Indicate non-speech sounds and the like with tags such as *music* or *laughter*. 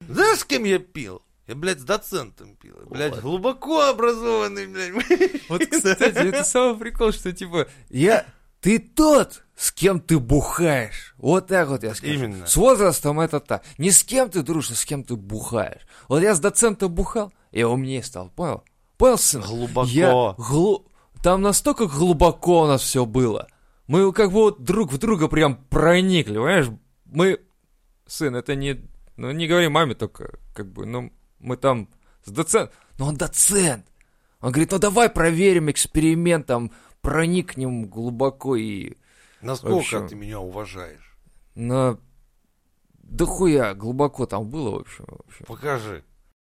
Знаешь, с кем я пил? Я, блядь, с доцентом пил. Я, Блядь, глубоко образованный, блядь. Вот, *laughs* кстати, *laughs* это самый прикол, что типа я... Ты тот, с кем ты бухаешь. Вот так вот я скажу. Именно. С возрастом это так. Не с кем ты дружишь, а с кем ты бухаешь. Вот я с доцентом бухал, я умнее стал, понял? Понял, сын? Глубоко. Я глу- Там настолько глубоко у нас все было. Мы как бы вот друг в друга прям проникли, понимаешь? Мы... Сын, это не... Ну, не говори маме только, как бы, ну, мы там с доцент... Ну, он доцент! Он говорит, ну, давай проверим экспериментом, проникнем глубоко и... Насколько Вообще. ты меня уважаешь? На... Да хуя, глубоко ну, там было, в общем. В общем. Покажи.